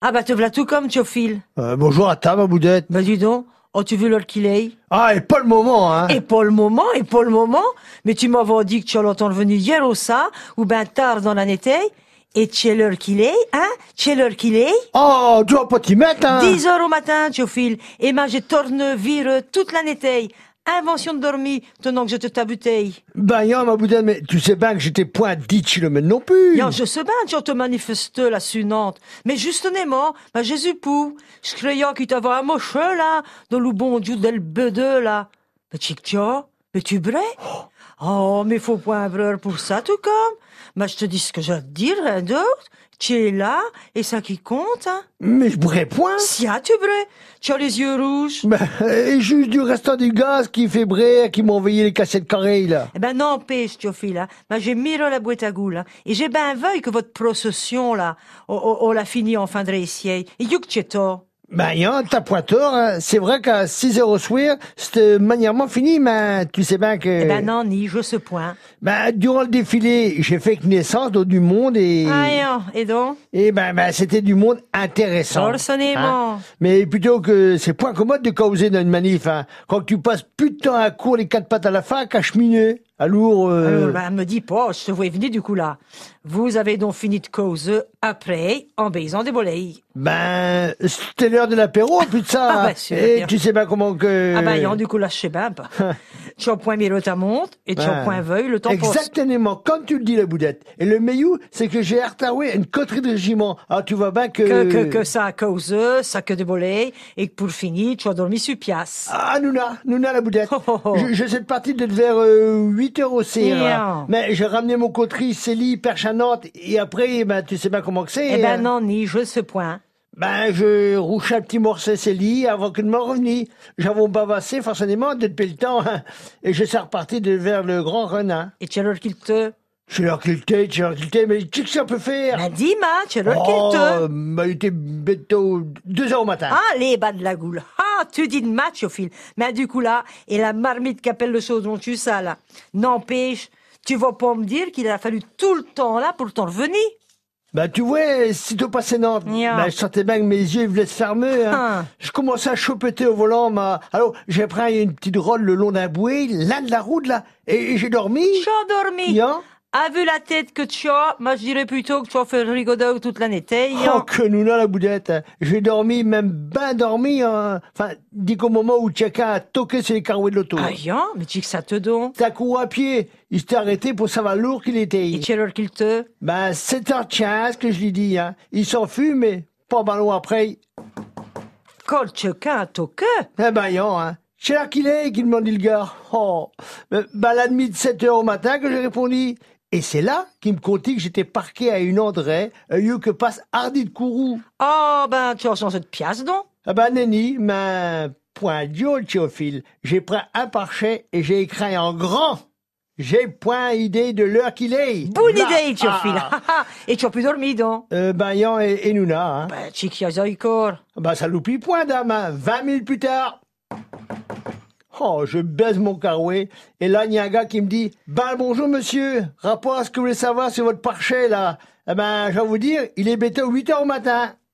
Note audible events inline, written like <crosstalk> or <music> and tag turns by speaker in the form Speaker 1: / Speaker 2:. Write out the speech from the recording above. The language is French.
Speaker 1: Ah bah te v'là tout comme, Théophile.
Speaker 2: Euh, bonjour à ta, ma boudette.
Speaker 1: Bah dis donc, oh tu veux l'ol qu'il est
Speaker 2: Ah, et pas le moment, hein
Speaker 1: Et pour le moment, et pour le moment, mais tu m'avais dit que tu allais entendre venir hier au ça, ou ben tard dans l'année taille, et tu l'heure qu'il est, hein Tu l'heure qu'il est
Speaker 2: Oh, tu vas pas t'y mettre, hein
Speaker 1: 10 heures au matin, Théophile, et moi je tourne, vire toute l'année taille. Invention de dormir, tenant que je te tabuteille.
Speaker 2: Ben, y'a, ma boudette, mais tu sais bien que j'étais point à 10 kilomètres non plus
Speaker 1: Yo, je sais bien, tu te manifestes la sunante. Mais justement, bah, Jésus pou, je croyais qu'il t'avait un moche, là, dans le bon Dieu del bedeux, là. Mais tu tiens, mais tu brais? Oh, mais faut point avoir pour ça, tout comme. Mais je te dis ce que j'ai à te dire, rien d'autre. Tu es là, et ça qui compte, hein.
Speaker 2: Mais je bourrais point
Speaker 1: Si, ah, tu brais. Tu as les yeux rouges.
Speaker 2: Ben, et juste du restant du gaz qui fait brère, qui m'a envoyé les cassettes carrées, là
Speaker 1: Eh ben, n'empêche, Théophile, là. Ben, j'ai mis la boîte à goût, là. Et j'ai ben veuille que votre procession, là, on, on- on l'a fini en fin de récier. Et you que tu es tort.
Speaker 2: Ben, y'a, t'as point tort, hein. C'est vrai qu'à 6 heures au soir, c'était manièrement fini, mais tu sais bien que...
Speaker 1: Eh ben, non, ni, je ce point.
Speaker 2: Ben, durant le défilé, j'ai fait naissance dans du monde et...
Speaker 1: Aïe, hein, et donc?
Speaker 2: Et ben, ben, c'était du monde intéressant. hein.
Speaker 1: Forcément.
Speaker 2: Mais plutôt que c'est point commode de causer dans une manif, hein. Quand tu passes plus de temps à court les quatre pattes à la fac, à cheminer. Alors, euh,
Speaker 1: Alors, ben, me dis pas, je te voyais venir du coup, là. Vous avez donc fini de cause après, en baisant des boleilles.
Speaker 2: ben, c'était l'heure de l'apéro, plus de ça.
Speaker 1: <laughs> Ah,
Speaker 2: hein.
Speaker 1: bah, c'est
Speaker 2: Et
Speaker 1: bien.
Speaker 2: tu sais pas comment que...
Speaker 1: Ah, ben, y en, du coup, là, je sais ben
Speaker 2: <laughs>
Speaker 1: pas. tu as point Miro, ta monte, et tu as
Speaker 2: Ouais.
Speaker 1: point veuille, le temps passe.
Speaker 2: Exactement, comme tu le dis, la boudette. Et le meilleur, c'est que j'ai hartaoué une coterie de régiment. Ah, tu vois bien que...
Speaker 1: Que, que, que ça a cause, ça que des boleilles, et que pour finir, tu as dormi sur pièce.
Speaker 2: Ah, Nouna, Nouna la boudette.
Speaker 1: Oh, oh, oh.
Speaker 2: Je, je sais de partir d'être vers euh, 8 heures au CR.
Speaker 1: Bien.
Speaker 2: Mais j'ai ramené mon coterie, Célie, Perche à Nantes, et après, ben, tu sais pas comment que c'est.
Speaker 1: Eh ben
Speaker 2: hein.
Speaker 1: non, ni je ce point.
Speaker 2: Ben, je rouchais un petit morceau Célie avant qu'il ne m'en revenir. J'avais bavassé, forcément, depuis le temps, hein. et je suis reparti de vers le Grand Renin.
Speaker 1: Et tu as l'heure qu'il te.
Speaker 2: J'ai leur quilté, j'ai leur quilté, mais qu'est-ce que ça peut faire
Speaker 1: Ben dis, ma, tu as l'heure
Speaker 2: Oh,
Speaker 1: qu'il te.
Speaker 2: ben, il était bientôt deux heures au matin.
Speaker 1: Ah, les bas de la goule. Ah, tu dis de match au fil. Mais du coup là, et la marmite qu'appelle le chaudron, tu ça là. N'empêche, tu vas pas me dire qu'il a fallu tout le temps là pour t'en revenir.
Speaker 2: Ben, tu vois, si tu passais Nantes,
Speaker 1: Nya.
Speaker 2: ben, je sentais bien que mes yeux ils voulaient se fermer. hein.
Speaker 1: Hein.
Speaker 2: Je commençais à chopeter au volant, ma... alors j'ai pris une petite rôle le long d'un bouée, l'un de la route, là, et, et j'ai dormi. Hein.
Speaker 1: Tu as dormi.
Speaker 2: Nya.
Speaker 1: A vu la tête que tu as, moi je dirais plutôt que tu as fait le rigodeur toute l'année. t'es,
Speaker 2: Oh,
Speaker 1: hein.
Speaker 2: que nous là, la boudette. hein. J'ai dormi, même ben dormi, hein. Enfin, dit qu'au moment où Tchaka a toqué sur les carreaux de l'auto.
Speaker 1: Aïe, hein, mais tu dis que ça te donne.
Speaker 2: T'as couru à pied. Il s'était arrêté pour savoir lourd qu'il était.
Speaker 1: Et tu as l'heure qu'il te.
Speaker 2: Ben, 7h15 que je lui dis, hein. Il s'en fut, mais pas mal loin après.
Speaker 1: Colle chacun à ton queue.
Speaker 2: Eh ben, yon, hein. C'est là qu'il est, qu'il demande le gars. Oh. Ben, ben, la nuit de 7h au matin que j'ai répondu. Et c'est là qu'il me contait que j'étais parqué à une André, un lieu que passe Hardy de Kourou.
Speaker 1: Oh, ben tu as changé de pièce donc.
Speaker 2: Ah ben, Nenny, mais point d'iol, Théophile. J'ai pris un parchet et j'ai écrit en grand. J'ai point idée de l'heure qu'il est.
Speaker 1: Bonne
Speaker 2: Là.
Speaker 1: idée, tu as
Speaker 2: Ah.
Speaker 1: fil. <laughs> et tu as plus dormi donc.
Speaker 2: Euh, ben, Yan et, et Nouna, hein.
Speaker 1: Ben, tu qui as eu corps.
Speaker 2: Bah ça l'oublie point, dame. hein. 20 000 plus tard. Oh, je baise mon carouet. Et là, il y a un gars qui me dit Ben bonjour monsieur, rapport à ce que vous voulez savoir sur votre parchet là. Eh ben, je vais vous dire, il est bêté à 8 heures au matin.